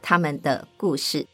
他们的故事。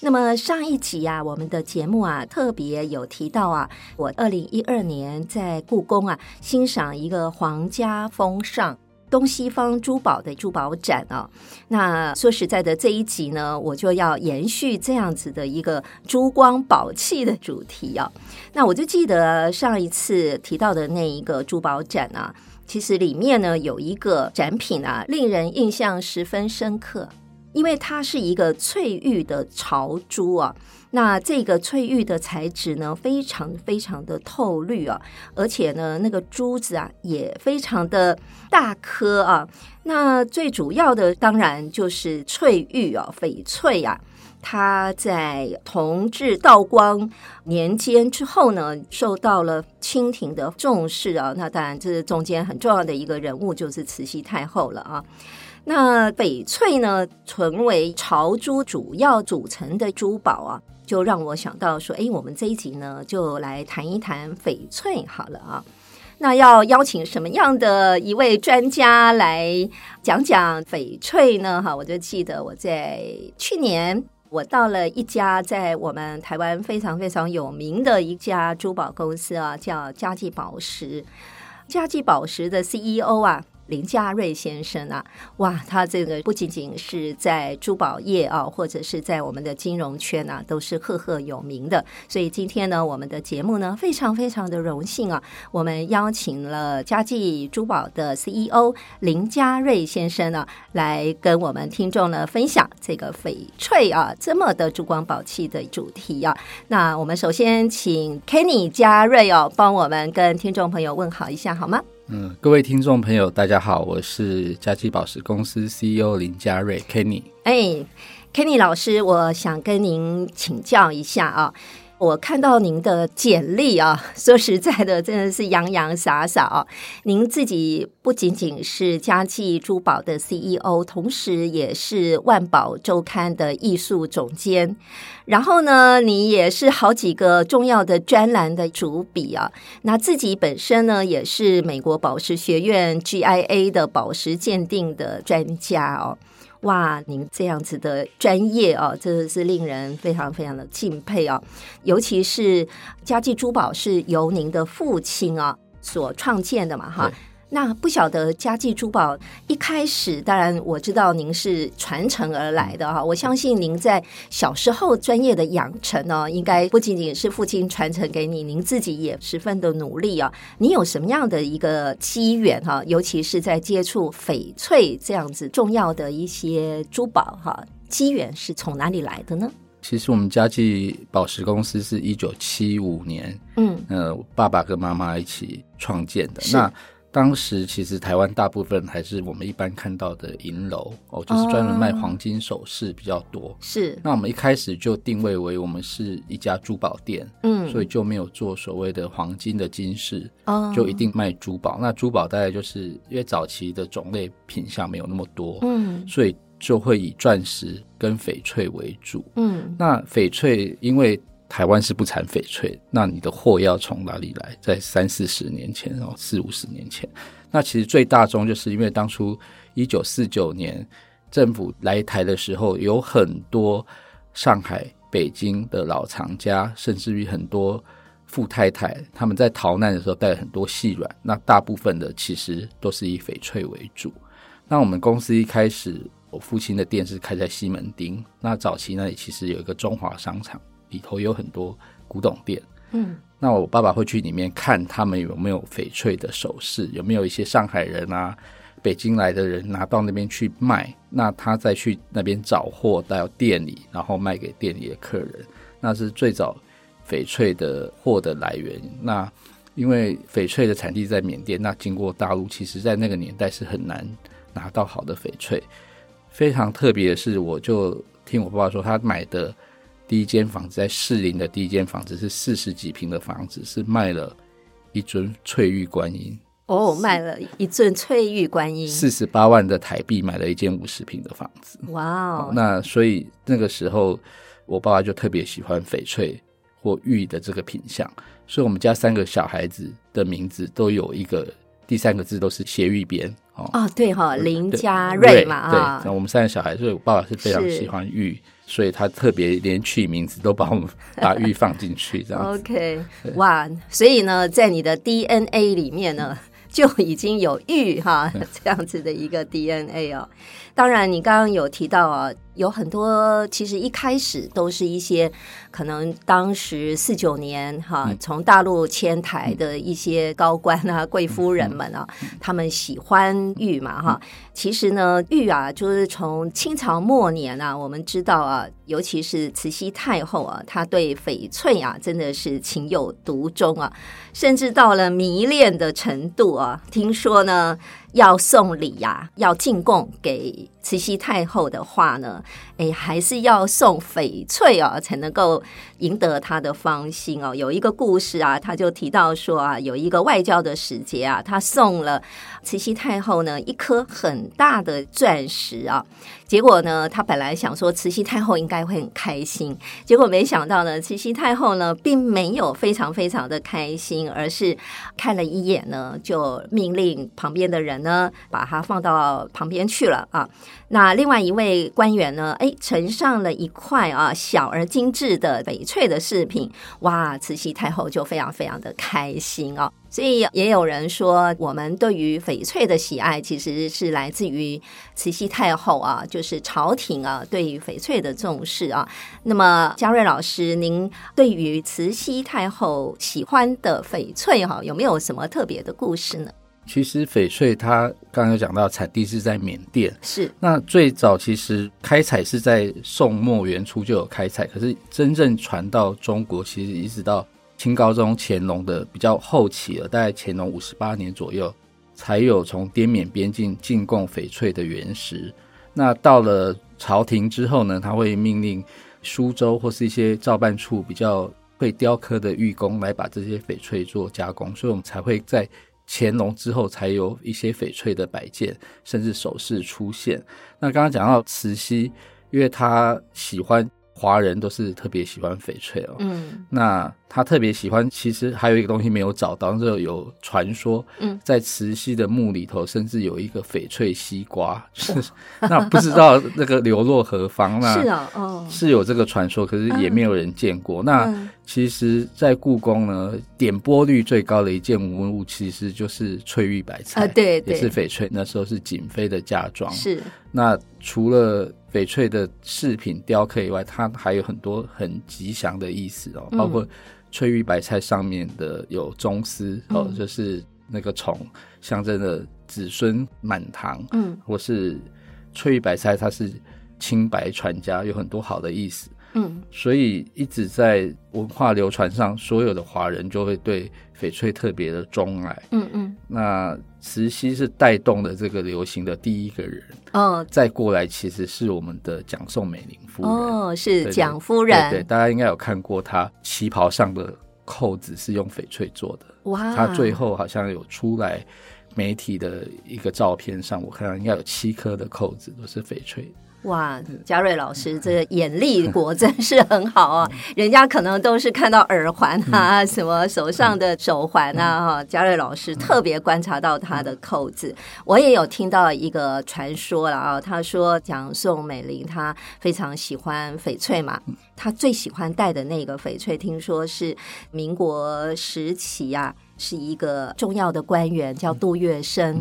那么上一集啊，我们的节目啊，特别有提到啊，我二零一二年在故宫啊，欣赏一个皇家风尚东西方珠宝的珠宝展啊。那说实在的，这一集呢，我就要延续这样子的一个珠光宝气的主题啊。那我就记得上一次提到的那一个珠宝展啊，其实里面呢有一个展品啊，令人印象十分深刻，啊因为它是一个翠玉的朝珠啊。那这个翠玉的材质呢，非常非常的透绿啊，而且呢，那个珠子啊也非常的大颗啊。那最主要的当然就是翠玉啊，翡翠啊。它在同治、道光年间之后呢，受到了清廷的重视啊。那当然，这中间很重要的一个人物就是慈禧太后了啊。那翡翠呢，成为朝珠主要组成的珠宝啊，就让我想到说，诶，哎我们这一集呢，就来谈一谈翡翠好了啊。那要邀请什么样的一位专家来讲讲翡翠呢？哈，我就记得我在去年。我到了一家在我们台湾非常非常有名的一家珠宝公司啊，叫佳记宝石。佳记宝石的 CEO 啊，林家瑞先生啊，哇，他这个不仅仅是在珠宝业啊，或者是在我们的金融圈啊，都是赫赫有名的。所以今天呢，我们的节目呢，非常非常的荣幸啊，我们邀请了佳记珠宝的 CEO 林家瑞先生啊，来跟我们听众呢分享这个翡翠啊这么的珠光宝气的主题啊。那我们首先请 Kenny 家瑞哦，帮我们跟听众朋友问好一下好吗？嗯，各位听众朋友，大家好，我是佳基宝石公司 CEO 林家瑞 Kenny。哎，Kenny 老师，我想跟您请教一下啊。我看到您的简历啊， 说实在的，真的是洋洋洒洒啊。您自己不仅仅是佳记珠宝的 CEO，同时也是万宝周刊的艺术总监。然后呢，你也是好几个重要的专栏的主笔啊。那自己本身呢，也是美国宝石学院 GIA 的宝石鉴定的专家哦。哇，您这样子的专业哦，真的是令人非常非常的敬佩哦。尤其是佳记珠宝是由您的父亲啊所创建的嘛哈对。那不晓得佳记珠宝一开始，当然我知道您是传承而来的哈，我相信您在小时候专业的养成哦，应该不仅仅是父亲传承给你，您自己也十分的努力啊、你有什么样的一个机缘哈、尤其是在接触翡翠这样子重要的一些珠宝哈、机缘是从哪里来的呢？其实我们佳记宝石公司是一九七五年，嗯，呃，我爸爸跟妈妈一起创建的。是那当时其实台湾大部分还是我们一般看到的银楼哦，就是专门卖哦黄金首饰比较多。是，那我们一开始就定位为我们是一家珠宝店，嗯，所以就没有做所谓的黄金的金饰。哦就一，定卖珠宝。那珠宝大概就是因为早期的种类品相没有那么多，嗯所以就会以钻石跟翡翠为主。嗯，那翡翠因为台湾是不产翡翠，那你的货要从哪里来？在三四十年前哦，四五十年前，那其实最大宗就是因为当初一九四九年政府来台的时候，有很多上海、北京的老藏家，甚至于很多富太太，他们在逃难的时候带了很多细软，那大部分的其实都是以翡翠为主。那我们公司一开始，我父亲的店是开在西门町。那早期那里其实有一个中华商场，里头有很多古董店。嗯那我爸爸会去里面看他们有没有翡翠的首饰，有没有一些上海人啊、北京来的人拿到那边去卖。那他再去那边找货到店里，然后卖给店里的客人。那是最早翡翠的货的来源。那因为翡翠的产地在缅甸，那经过大陆，其实在那个年代是很难拿到好的翡翠。非常特别的是，我就听我爸爸说，他买的第一间房子在士林的第一间房子是四十几平的房子，是卖了一尊翠玉观音，哦，卖了一尊翠玉观音，四十八万的台币买了一间五十平的房子。哇哦，那所以那个时候，我爸爸就特别喜欢翡翠或玉的这个品相，所以我们家三个小孩子的名字都有一个第三个字都是斜玉边哦。哦对哈、林对家瑞嘛对，啊那，我们三个小孩，所以我爸爸是非常是喜欢玉，所以他特别连取名字都把我们把玉放进去，这样子。 OK，哇，所以呢，在你的 DNA 里面呢， 就已经有玉哈这样子的一个 DNA 哦。当然，你刚刚有提到啊，有很多其实一开始都是一些可能当时四九年嗯哈从大陆迁台的一些高官啊、贵夫人们啊，嗯他们喜欢玉嘛哈。其实呢，玉啊，就是从清朝末年啊，我们知道啊，尤其是慈禧太后啊，她对翡翠啊，真的是情有独钟啊，甚至到了迷恋的程度啊。听说呢，要送礼呀、要进贡给慈禧太后的话呢，哎，还是要送翡翠啊，才能够赢得她的芳心哦。有一个故事啊，他就提到说啊，有一个外交的使节啊，他送了慈禧太后呢一颗很大的钻石啊，结果呢，他本来想说慈禧太后应该会很开心，结果没想到呢，慈禧太后呢并没有非常非常的开心，而是看了一眼呢，就命令旁边的人呢把它放到旁边去了啊。那另外一位官员呢，哎，呈上了一块啊小而精致的翡翠的饰品，哇，慈禧太后就非常非常的开心哦。所以也有人说，我们对于翡翠的喜爱其实是来自于慈禧太后啊，就是朝廷啊对于翡翠的重视啊。那么，嘉瑞老师，您对于慈禧太后喜欢的翡翠哈、有没有什么特别的故事呢？其实翡翠它刚刚有讲到产地是在缅甸，是那最早其实开采是在宋末元初就有开采，可是真正传到中国，其实一直到清高宗乾隆的比较后期了，大概乾隆五十八年左右，才有从滇缅边境进贡翡翠的原石。那到了朝廷之后呢，他会命令苏州或是一些照办处比较会雕刻的玉工来把这些翡翠做加工，所以我们才会在乾隆之后才有一些翡翠的摆件甚至首饰出现。那刚刚讲到慈禧，因为她喜欢华人都是特别喜欢翡翠哦。嗯那她特别喜欢，其实还有一个东西没有找到，这有传说，嗯，在慈禧的墓里头，甚至有一个翡翠西瓜，就是那不知道那个流落何方。那是哦哦是有这个传说，可是也没有人见过。嗯那其实，在故宫呢，点播率最高的一件文物，其实就是翠玉白菜，啊对对也是翟翠，那时候是瑾妃的嫁妆。是那除了翡翠的饰品雕刻以外，它还有很多很吉祥的意思哦，嗯包括翠玉白菜上面的有宗丝哦，嗯就是那个虫，象征着子孙满堂。嗯或是翠玉白菜，它是清白传家，有很多好的意思，嗯所以一直在文化流传上，所有的华人就会对翡翠特别的钟爱。嗯嗯那慈禧是带动了这个流行的第一个人，哦再过来其实是我们的蒋宋美龄夫人。哦对是对蒋夫对对，人大家应该有看过她旗袍上的扣子是用翡翠做的。哇，他最后好像有出来媒体的一个照片上，我看到应该有七颗的扣子都是翡翠。哇，嘉瑞老师这个眼力果真是很好啊！人家可能都是看到耳环啊，什么手上的手环啊，哈、嘉瑞老师特别观察到他的扣子。我也有听到一个传说了啊，他说蒋宋美龄她非常喜欢翡翠嘛，她最喜欢戴的那个翡翠，听说是民国时期啊。是一个重要的官员，叫杜月笙。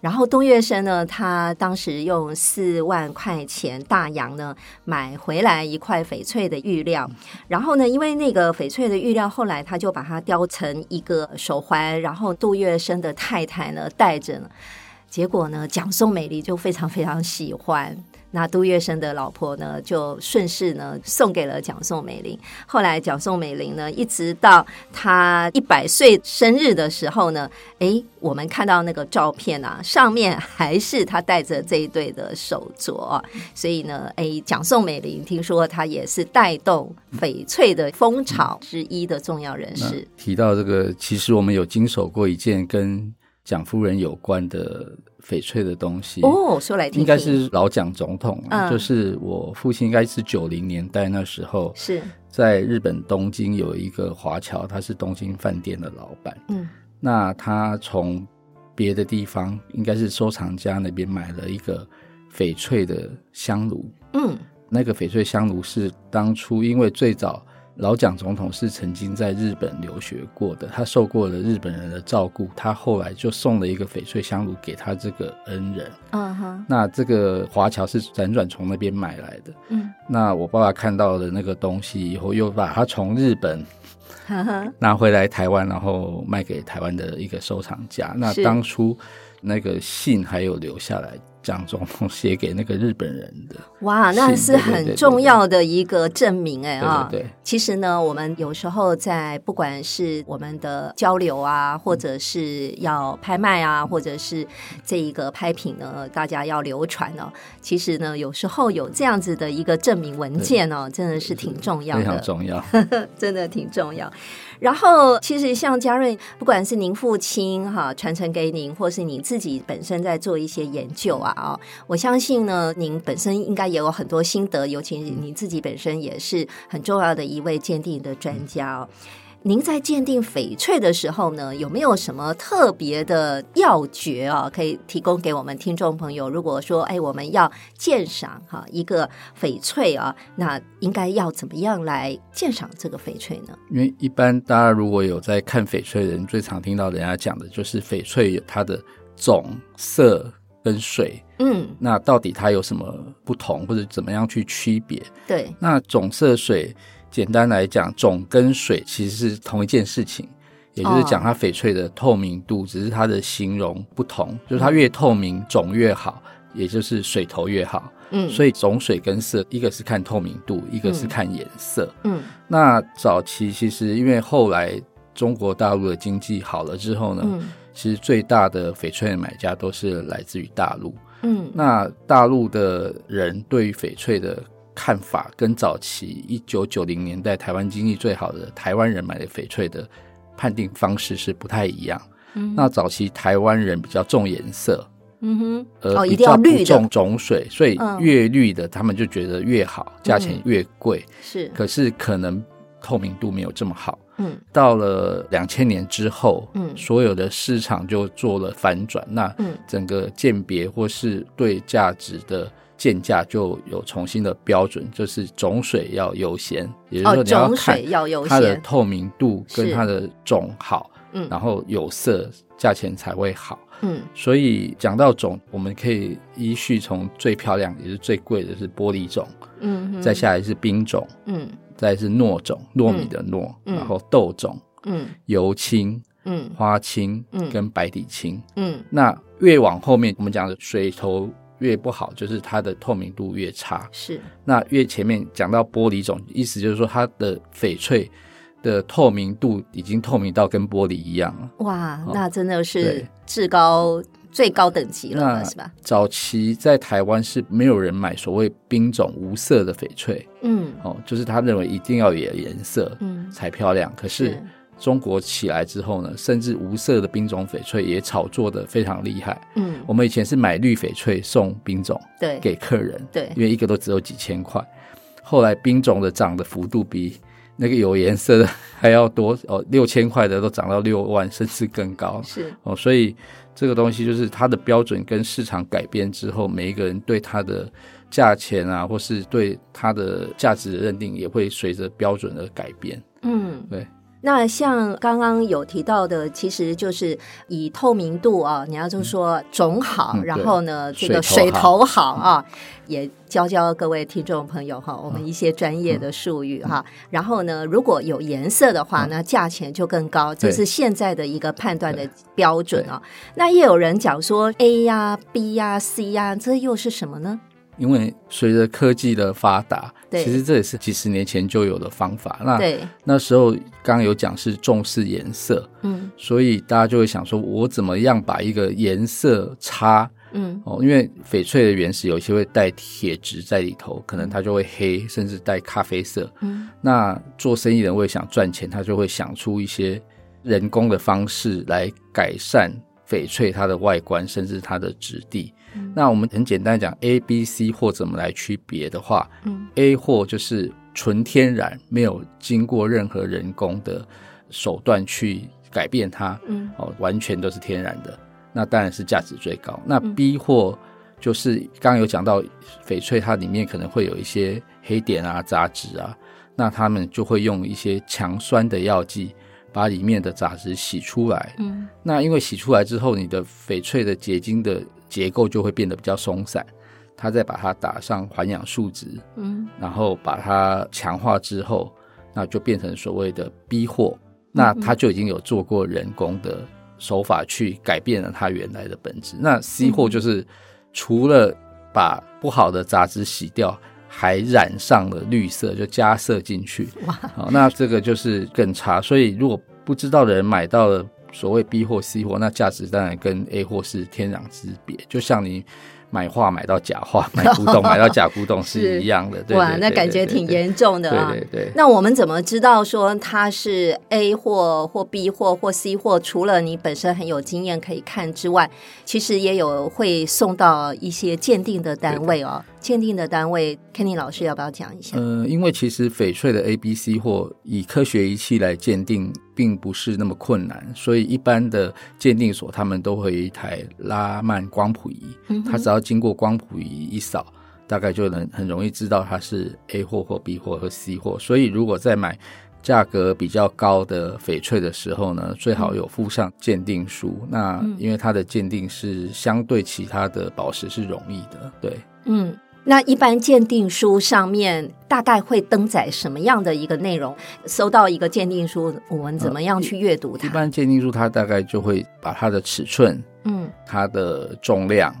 然后杜月笙呢，他当时用四万块钱大洋呢买回来一块翡翠的玉料，然后呢，因为那个翡翠的玉料，后来他就把它雕成一个手环，然后杜月笙的太太呢戴着呢。结果呢，蒋宋美龄就非常非常喜欢。那杜月笙的老婆呢，就顺势呢送给了蒋宋美龄。后来蒋宋美龄呢，一直到她一百岁生日的时候呢，诶，我们看到那个照片啊，上面还是她戴着这一对的手镯、啊。所以呢，诶，蒋宋美龄听说她也是带动翡翠的风潮之一的重要人士。提到这个，其实我们有经手过一件跟蒋夫人有关的翡翠的东西，哦，说来听听，嗯应该是老蒋总统啊，嗯就是我父亲，应该是九零年代那时候，是在日本东京有一个华侨，他是东京饭店的老板，嗯那他从别的地方，应该是收藏家那边买了一个翡翠的香炉，嗯那个翡翠香炉是当初因为最早老蒋总统是曾经在日本留学过的，他受过了日本人的照顾，他后来就送了一个翡翠香炉给他这个恩人。嗯哼那这个华侨是辗转从那边买来的。嗯那我爸爸看到了那个东西以后，又把它从日本呵呵拿回来台湾，然后卖给台湾的一个收藏家。那是当初那个信还有留下来，蒋总统写给那个日本人的。 哇，是那对是对对很对重要的一个证明哎对啊、对对。其实呢，我们有时候在不管是我们的交流啊，或者是要拍卖啊，或者是这一个拍品呢，大家要流传哦。其实呢，有时候有这样子的一个证明文件哦，真的是挺重要非常的。重要， 真的挺重要。然后，其实像嘉瑞，不管是您父亲哈、传承给您，或是你自己本身在做一些研究啊啊、我相信呢，您本身应该也有很多心得，尤其是您自己本身也是很重要的一位鉴定的专家哦。您在鉴定翡翠的时候呢，有没有什么特别的要诀啊？可以提供给我们听众朋友？如果说，哎，我们要鉴赏哈、一个翡翠啊，那应该要怎么样来鉴赏这个翡翠呢？因为一般大家如果有在看翡翠的人，最常听到人家讲的就是翡翠有它的种、色跟水，嗯，那到底它有什么不同，或者怎么样去区别？对，那种色水，简单来讲，种跟水其实是同一件事情，也哦就是讲它翡翠的透明度，只是它的形容不同，就是它越透明，种越好，也就是水头越好。嗯，所以，以种水跟色，一个是看透明度，一个是看颜色。嗯那早期其实因为后来中国大陆的经济好了之后呢，嗯其实最大的翡翠的买家都是来自于大陆。嗯那大陆的人对于翡翠的看法，跟早期一九九零年代台湾经济最好的台湾人买的翡翠的判定方式是不太一样。嗯，那早期台湾人比较重颜色，嗯哼，呃，哦，比一定较要不绿的重，种水，所以嗯越绿的他们就觉得越好，价钱嗯越贵。是，可是可能透明度没有这么好。嗯到了两千年之后，嗯所有的市场就做了反转，那嗯整个鉴别或是对价值的鉴价就有重新的标准，就是种水要优先，也就是哦，说你要种水看要优它的先，透明度跟是它的种好，嗯然后有色，价钱才会好。嗯所以讲到种，我们可以依序从最漂亮也是最贵的是玻璃种，嗯哼，再下来是冰种，嗯再来是糯种，糯米的糯，嗯然后豆种、嗯油青、嗯花青嗯跟白底青。嗯那越往后面，我们讲的水头越不好，就是它的透明度越差。是，那越前面讲到玻璃种，意思就是说它的翡翠的透明度已经透明到跟玻璃一样了。哇，哦那真的是对至高最高等级了，那是吧？早期在台湾是没有人买所谓冰种无色的翡翠，嗯哦，就是他认为一定要有颜色嗯，才漂亮。可是是中国起来之后呢，甚至无色的冰种翡翠也炒作的非常厉害。嗯，我们以前是买绿翡翠送冰种对，给客人，对因为一个都只有几千块。后来冰种的涨的幅度比那个有颜色的还要多哦，六千块的都涨到六万，甚至更高是，哦。所以这个东西就是它的标准跟市场改变之后，每一个人对它的价钱啊，或是对它的价值的认定，也会随着标准而改变。嗯，对。那像刚刚有提到的，其实就是以透明度啊，你要就说种好，嗯对然后呢，这个水水头头好啊，也教教各位听众朋友哈，我们一些专业的术语哈。嗯然后呢，如果有颜色的话，那价钱就更高，这对是现在的一个判断的标准啊。那也有人讲说 A 呀、B 呀、C 呀、这又是什么呢？因为随着科技的发达，对其实这也是几十年前就有的方法。那对，那时候刚刚有讲是重视颜色，嗯所以大家就会想说，我怎么样把一个颜色差嗯，哦？因为翡翠的原石有些会带铁质在里头，可能它就会黑，甚至带咖啡色。嗯，那做生意人为了想赚钱，他就会想出一些人工的方式来改善翡翠它的外观，甚至它的质地。嗯那我们很简单地讲，A、B、C 或怎么来区别的话，嗯，A 货就是纯天然，没有经过任何人工的手段去改变它，嗯哦，完全都是天然的，那当然是价值最高。那嗯 B 货就是刚刚有讲到翡翠，它里面可能会有一些黑点啊、杂质啊，那他们就会用一些强酸的药剂把里面的杂质洗出来，嗯那因为洗出来之后，你的翡翠的结晶的结构就会变得比较松散，它再把它打上环氧树脂，嗯然后把它强化之后，那就变成所谓的逼货。那它就已经有做过人工的手法去改变了它原来的本质。那 C 货就是除了把不好的杂质洗掉，还染上了绿色，就加色进去。哇，好，那这个就是更差。所以如果不知道的人买到了所谓 B 或 C 货，那价值当然跟 A 货是天壤之别。就像你买画买到假画，买古董买到假古董是是一样的。对哇，那感觉挺。严重的对啊。对对对对对，那我们怎么知道说它是 A 货或 B 货或 C 货？除了你本身很有经验可以看之外，其实也有会送到一些鉴定的单位哦。鉴定的单位，Kenny 老师要不要讲一下？嗯、因为其实翡翠的 A、B、C 货以科学仪器来鉴定，并不是那么困难，所以一般的鉴定所他们都会有一台拉曼光谱仪，嗯它哼，只要经过光谱仪一扫，大概就能很容易知道它是 A 货或 B 货和 C 货。所以如果在买价格比较高的翡翠的时候呢，最嗯好有附上鉴定书。那因为它的鉴定是相对其他的宝石是容易的，对。嗯。那一般鉴定书上面大概会登载什么样的一个内容？收到一个鉴定书，我们怎么样去阅读一它？般鉴定书它大概就会把它的尺寸、嗯它的重量。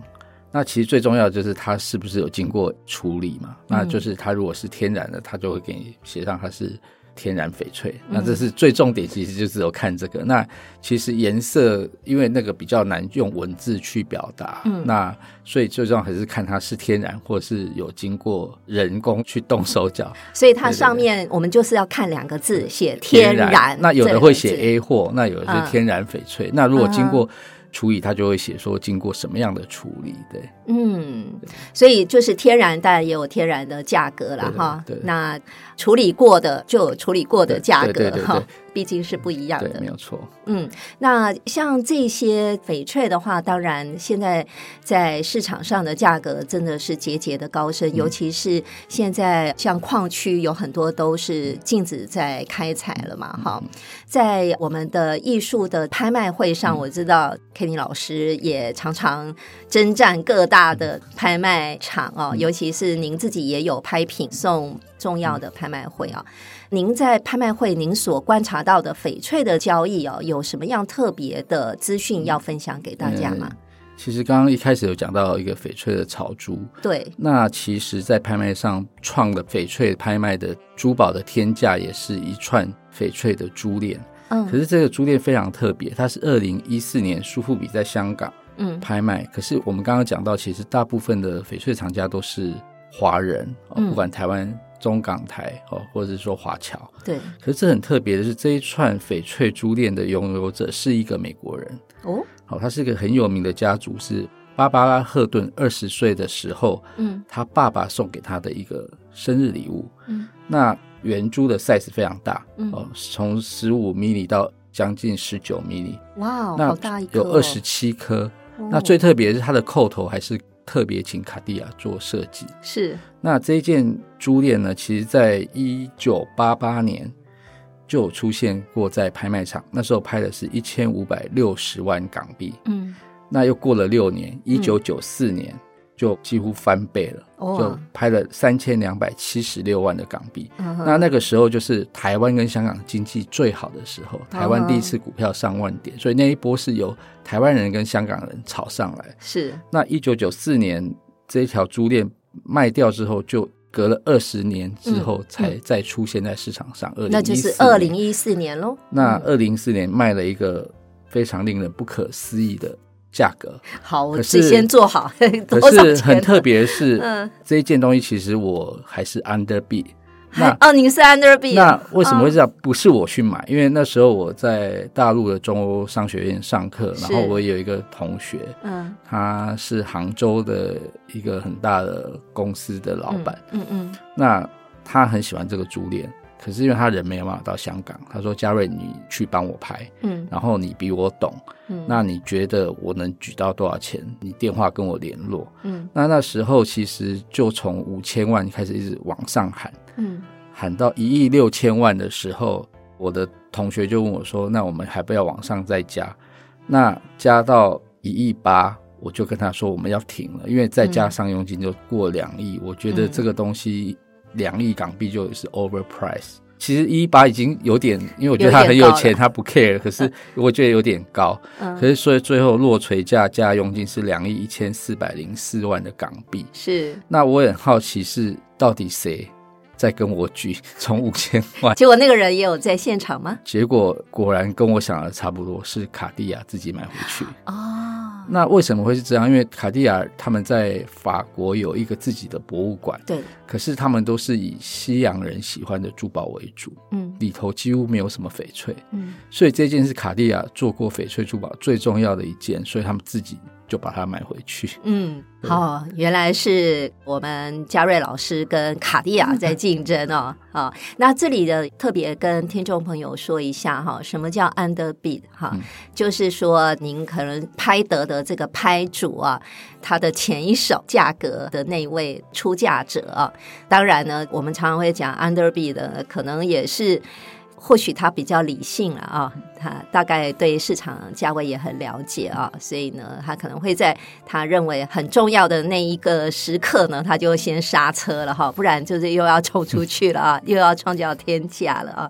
那其实最重要的就是它是不是有经过处理嘛？那就是它如果是天然的，它就会给你写上它是天然翡翠。那这是最重点，其实就只有看这个。那其实颜色，因为那个比较难用文字去表达，嗯那所以最重要还是看它是天然或是有经过人工去动手脚。所以它对对上对面我们就是要看两个字，写天然。那有这的两会个写字 A 货，那有的嗯是天然翡翠。那如果经嗯过处理，它就会写说经过什么样的处理。对，嗯，所以就是天然，当然也有天然的价格了对的哈对。的那处理过的就有处理过的价对格对对对哈对，毕竟是不一样对，的没。有错。嗯，那像这些翡翠的话，当然现在在市场上的价格真的是节节的高升，尤其是现在像矿区有很多都是禁止在开采了嘛，哈、在我们的艺术的拍卖会上，我知道 Kenny 老师也常常征战各大的拍卖场哦，尤其是您自己也有拍品送重要的拍卖会啊、您在拍卖会您所观察到的翡翠的交易哦，有什么样特别的资讯要分享给大家吗？嗯其实刚刚一开始有讲到一个翡翠的草珠，对，那其实，在拍卖上创了翡翠拍卖的珠宝的天价，也是一串翡翠的珠链。可嗯是这个珠链非常特别，它是二零一四年苏富比在香港嗯拍卖。可是我们刚刚讲到，其实大部分的翡翠藏家都是华人，哦嗯不管台湾、中港台哦，或者是说华侨。对可是这很特别的是，这一串翡翠珠链的拥有者是一个美国人，哦好，他是一个很有名的家族，是芭芭拉·赫顿二十岁的时候，嗯他爸爸送给他的一个生日礼物。嗯那圆珠的 size 非常大，嗯哦，从十五米米到将近十九米米，哇哦，那好大一个、有哦，二十七颗。哦那最特别的是它的扣头还是特别请卡地亚做设计。是那这一件珠链呢，其实在一九八八年就有出现过在拍卖场，那时候拍的是一千五百六十万港币。嗯，那又过了六年，一九九四年、就几乎翻倍了，哇就拍了三千两百七十六万的港币。嗯哼那那个时候就是台湾跟香港经济最好的时候，台湾第一次股票上万点，所以那一波是由台湾人跟香港人炒上来。是那一九九四年这一条珠链卖掉之后，就隔了二十年之后才再出现在市场上。嗯二那就零是二零一四年喽。那嗯二零四年卖了一个非常令人不可思议的价 格。好，我可自己是先做好 多可少是钱啊很呢特，别的是，嗯这一件东西其实我还是 under bid。还 哦，您是 under B，那为什么会哦这样？不是我去买，因为那时候我在大陆的中欧商学院上课，是然后我有一个同学，嗯他是杭州的一个很大的公司的老板，嗯嗯那他很喜欢这个珠链，可是因为他人没有办法到香港，他说：“嘉瑞，你去帮我拍，嗯然后你比我懂，嗯，那你觉得我能举到多少钱？你电话跟我联络。”嗯那那时候其实就从五千万开始一直往上喊，嗯喊到一亿六千万的时候，我的同学就问我说：“那我们还不要往上再加？那加到一亿八，我就跟他说我们要停了，因为再加上佣金就过两亿，我觉得这个东西两亿港币就是 overprice。”其实一亿八已经有点，因为我觉得他很有有点钱，他不 care，可是我觉得有点高。嗯，可是所以最后落锤价加佣金是两亿一千四百零四万的港币，是。那我也很好奇是到底谁在跟我举 从五千万？结果那个人也有在现场吗？结果果然跟我想的差不多，是卡地亚自己买回去。哦，那为什么会是这样？因为卡地亚他们在法国有一个自己的博物馆，对，可是他们都是以西洋人喜欢的珠宝为主，嗯里头几乎没有什么翡翠，嗯，所以这件是卡地亚做过翡翠珠宝最重要的一件，所以他们自己就把它买回去。嗯，对好，原来是我们嘉瑞老师跟卡地亚在竞争哦。 啊，那这里的特别跟听众朋友说一下哈，什么叫 under bid 哈？就是说您可能拍得的这个拍主啊，他的前一手价格的那一位出价者啊。当然呢，我们常常会讲 under bid 的，可能也是。或许他比较理性了啊，他大概对市场价位也很了解啊，所以呢，他可能会在他认为很重要的那一个时刻呢，他就先刹车了哈，不然就是又要冲出去了啊，又要创造天价了啊。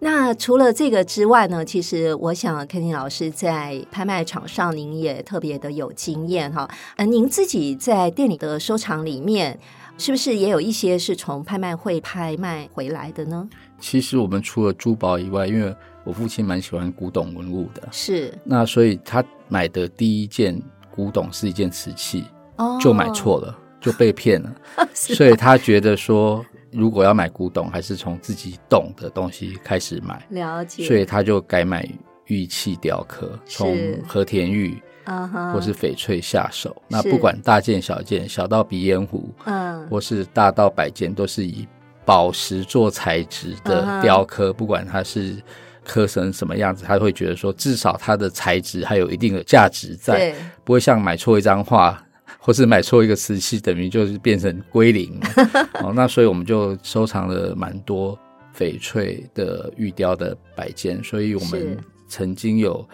那除了这个之外呢，其实我想 k e n n 老师在拍卖场上您也特别的有经验哈，呃，您自己在店里的收藏里面。是不是也有一些是从拍卖会拍卖回来的呢？其实我们除了珠宝以外，因为我父亲蛮喜欢古董文物的，是那所以他买的第一件古董是一件瓷器，哦，就买错了，就被骗了。 是啊所以他觉得说，如果要买古董，还是从自己懂的东西开始买，了解，所以他就改买玉器雕刻，是从和田玉嗯哼，或是翡翠下手。那是不管大件小件，小到鼻烟壶，嗯或是大到百件，都是以宝石做材质嗯哼的雕刻，不管它是刻成什么样子，他会觉得说，至少它的材质还有一定的价值在，对不会像买错一张画。或是买错一个瓷器，等于就是变成归零。 哦，那所以我们就收藏了蛮多翡翠的玉雕的摆件，所以我是们曾经有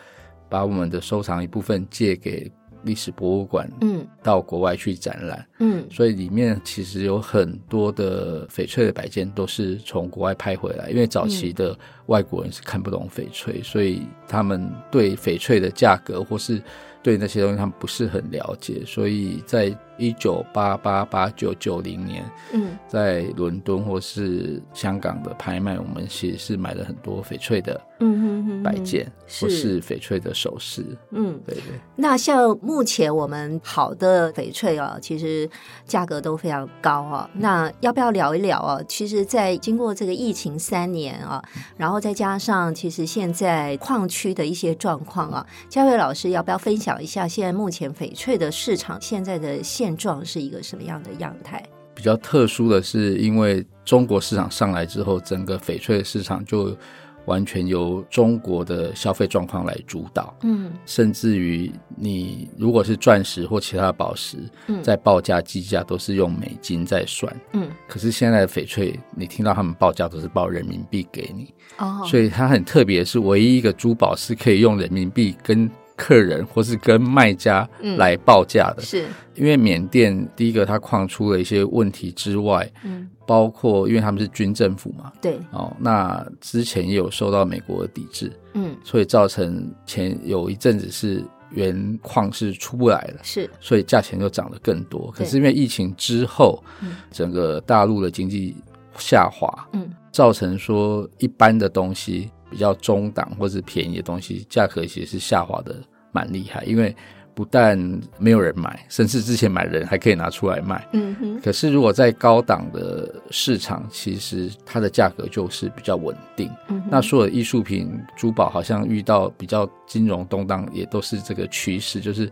把我们的收藏一部分借给历史博物馆，嗯到国外去展览。嗯所以里面其实有很多的翡翠的摆件都是从国外拍回来，因为早嗯期的外国人是看不懂翡翠，所以他们对翡翠的价格或是对那些东西他们不是很了解，所以在一九八八八九九零年，嗯在伦敦或是香港的拍卖，我们其实是买了很多翡翠的嗯哼哼摆件，是或是�哼翡翠的首饰，嗯，对对。那像目前我们好的翡翠啊，其实价格都非常高啊。那要不要聊一聊啊？其实，在经过这个疫情三年啊，然后再加上其实现在矿区的一些状况啊，嘉伟老师要不要分享一下现在目前翡翠的市场现在的现状是一个什么样的样态？比较特殊的是，因为中国市场上来之后，整个翡翠市场就完全由中国的消费状况来主导，嗯甚至于你如果是钻石或其他宝石，嗯在报价计价都是用美金在算。嗯可是现在的翡翠，你听到他们报价都是报人民币给你，哦，所以它很特别，是唯一一个珠宝是可以用人民币跟客人或是跟卖家嗯来报价的。是因为缅甸第一个它矿出了一些问题之外，嗯包括因为他们是军政府嘛，对哦，那之前也有受到美国的抵制，嗯所以造成前有一阵子是原矿是出不来了。是所以价钱就涨得更多。可对是因为疫情之后嗯，整个大陆的经济下滑，嗯造成说一般的东西比较中档或是便宜的东西，价格其实是下滑的蛮厉害。因为不但没有人买，甚至之前买的人还可以拿出来卖。嗯哼可是如果在高档的市场，其实它的价格就是比较稳定。嗯哼那所有艺术品、珠宝好像遇到比较金融动荡，也都是这个趋势，就是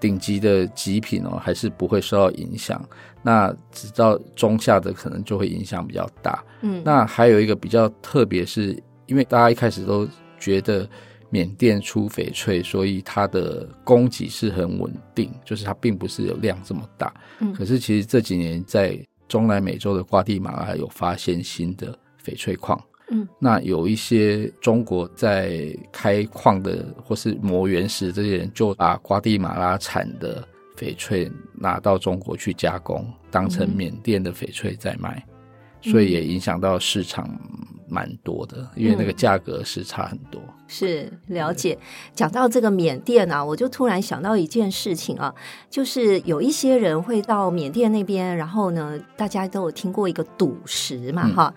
顶级的极品哦，还是不会受到影响。那直到中下的可能就会影响比较大。嗯那还有一个比较特别是，因为大家一开始都觉得缅甸出翡翠，所以它的供给是很稳定，就是它并不是有量这么大。嗯可是其实这几年在中南美洲的瓜地马拉有发现新的翡翠矿。嗯那有一些中国在开矿的或是磨原石这些人，就把瓜地马拉产的翡翠拿到中国去加工，当成嗯缅甸的翡翠在卖，嗯所以也影响到市场蛮多的，因为那嗯个价格是差很多。是了解。讲到这个缅甸啊，我就突然想到一件事情啊，就是有一些人会到缅甸那边，然后呢，大家都有听过一个赌石嘛，嗯哈。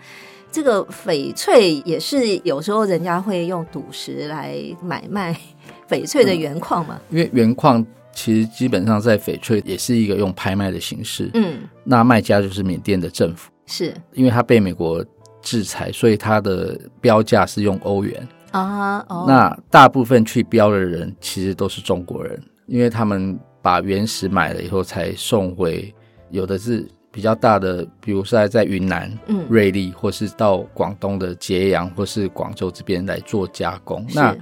这个翡翠也是有时候人家会用赌石来买卖 翡翠的原矿嘛，因为原矿其实基本上在翡翠也是一个用拍卖的形式，嗯，那卖家就是缅甸的政府，是因为它被美国制裁，所以它的标价是用欧元。啊，哦，那大部分去标的人其实都是中国人，因为他们把原石买了以后才送回，有的是比较大的，比如说在云南、嗯瑞丽，或是到广东的揭阳或是广州这边来做加工。是那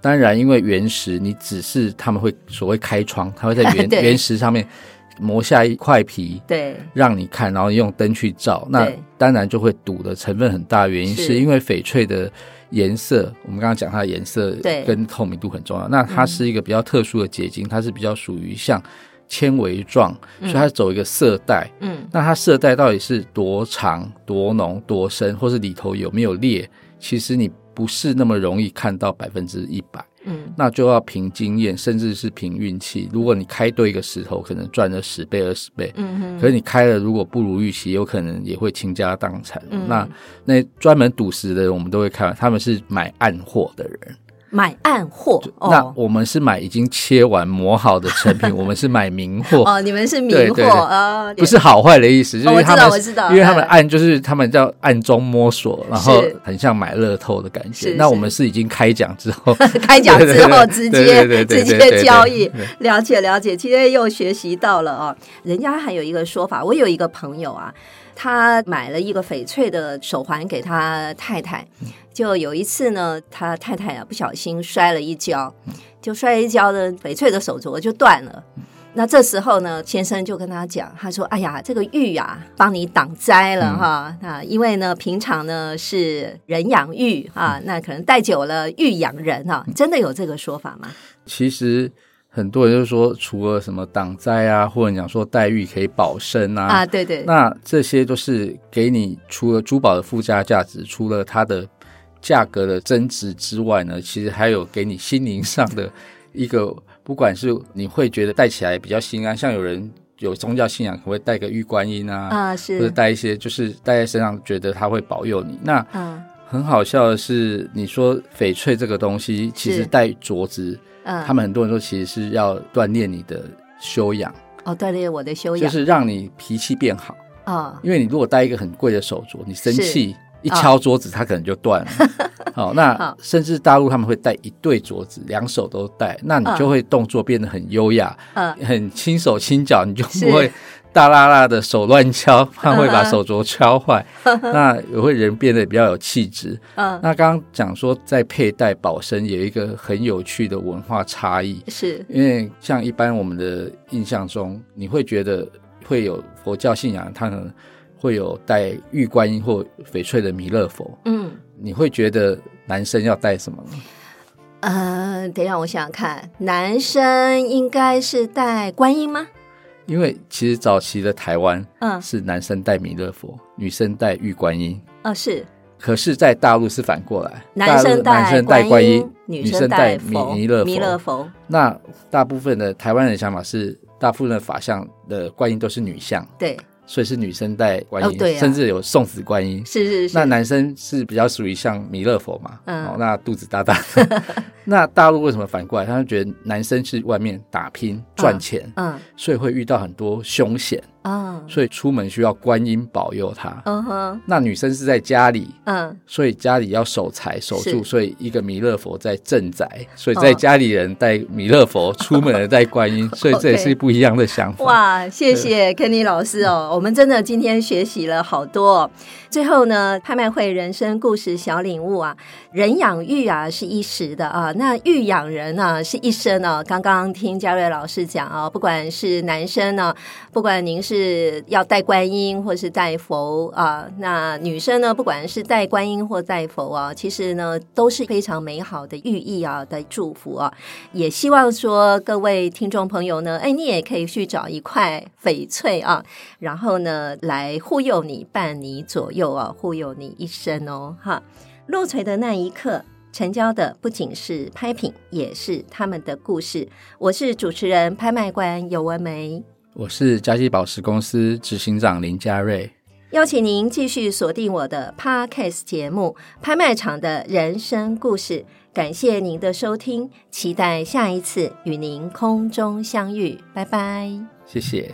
当然，因为原石你只是他们会所谓开窗，他会在 原对原石上面磨下一块皮，对，让你看，然后用灯去照，那当然就会赌的成分很大。原因是是因为翡翠的颜色，我们刚刚讲它的颜色对嗯跟透明度很重要。那它是一个比较特殊的结晶，它是比较属于像纤维状，所以它走一个色带。嗯那它色带到底是多长、多浓、多深，或是里头有没有裂？其实你不是那么容易看到百分之一百。嗯那就要凭经验，甚至是凭运气。如果你开对一个石头，可能赚了十倍、二十倍，嗯哼，可是你开了，如果不如预期，有可能也会倾家荡产。嗯那那专门赌石的人，我们都会看，他们是买暗货的人。买暗货那哦我们是买已经切完磨好的 成品，我们是买明货，哦，你们是迷对惑对对啊，不是好坏的意思，就哦我是知他道们，我知道因为他们嗯暗就是他们叫暗中摸索，然后是很像买乐透的感是觉。那我是们是已经开奖 之后，开奖之后直对接对对直对对对接对交易对对，了解了解，今天又学习到了哦。人家还有一个说法，我有一个朋友啊，他买了一个翡翠的手环给他太太，就有一次呢，他太太啊不小心摔了一跤，就摔了一跤呢，翡翠的手镯就断了。那这时候呢，先生就跟他讲，他说：“哎呀，这个玉啊，帮你挡灾嗯了哈。那因为呢，平常呢是人养玉啊，那可能戴久了玉养人啊，真的有这个说法吗？其实很多人就说，除了什么挡灾啊，或者讲说待遇可以保身啊，对对，那这些都是给你除了珠宝的附加价值，除了它的价格的增值之外呢，其实还有给你心灵上的一个，不管是你会觉得戴起来比较心安，像有人有宗教信仰，可能会戴个玉观音啊，啊或者是，戴一些就是戴在身上，觉得它会保佑你。那嗯很好笑的是，你说翡翠这个东西，其是实戴镯子，嗯，他们很多人说其实是要锻炼你的修养，哦锻炼我的修就养是让你脾气变好。啊，因为你如果戴一个很贵的手镯，你生气一啊敲桌子，它可能就断 了。好，那好甚至大陆他们会戴一对镯子，两手都戴，那你嗯就会动作变得很优雅，嗯很轻手轻脚，你就是不会大拉拉的手乱敲，怕会把手镯敲坏。啊 那也会人变得比较有气质。嗯，那刚刚讲说，在佩戴宝身有一个很有趣的文化差异，是因为像一般我们的印象中，你会觉得会有佛教信仰，它可能会有戴玉观音或翡翠的弥勒佛。嗯。你会觉得男生要戴什么呢？呃，得让我想想看，男生应该是戴观音吗？因为其实早期的台湾嗯，是男生戴弥勒佛，女生戴玉观音。哦，是可是，在大陆是反过来，男生大陆男生戴观观音，女生戴戴弥佛弥勒弥勒佛。佛。那大部分的台湾人想法是，大部分的法相的观音都是女相，对，所以是女生戴观音，哦对啊甚至有送子观音。是是是。那男生是比较属于像弥勒佛嘛，嗯哦，那肚子大大的。 那大陆为什么反过来？他们觉得男生去外面打拼赚钱，嗯所以会遇到很多凶险，嗯所以出门需要观音保佑他。嗯哼那女生是在家里，嗯所以家里要守财守住，是所以一个弥勒佛在镇宅，所以哦在家里人带弥勒佛，出门人带观音，所以这也 OK 是不一样的想法。哇，谢谢 Kenny 老师哦，我们真的今天学习了好多哦、最后呢，拍卖会人生故事小领悟啊，人养育啊是一时的啊，那育养人呢、是一生哦、刚刚听嘉瑞老师讲啊，不管是男生呢、不管您是要戴观音或是戴佛啊，那女生呢，不管是戴观音或戴佛啊，其实呢都是非常美好的寓意啊的祝福啊。也希望说各位听众朋友呢，哎，你也可以去找一块翡翠啊，然后呢来护佑你，伴你左右啊，护佑你一生哦，哈。落锤的那一刻，成交的不仅是拍品，也是他们的故事。我是主持人拍卖官尤文梅。我是嘉熙宝石公司执行长林嘉瑞，邀请您继续锁定我的 Podcast 节目《拍卖场的人生故事》，感谢您的收听，期待下一次与您空中相遇，拜拜。谢谢。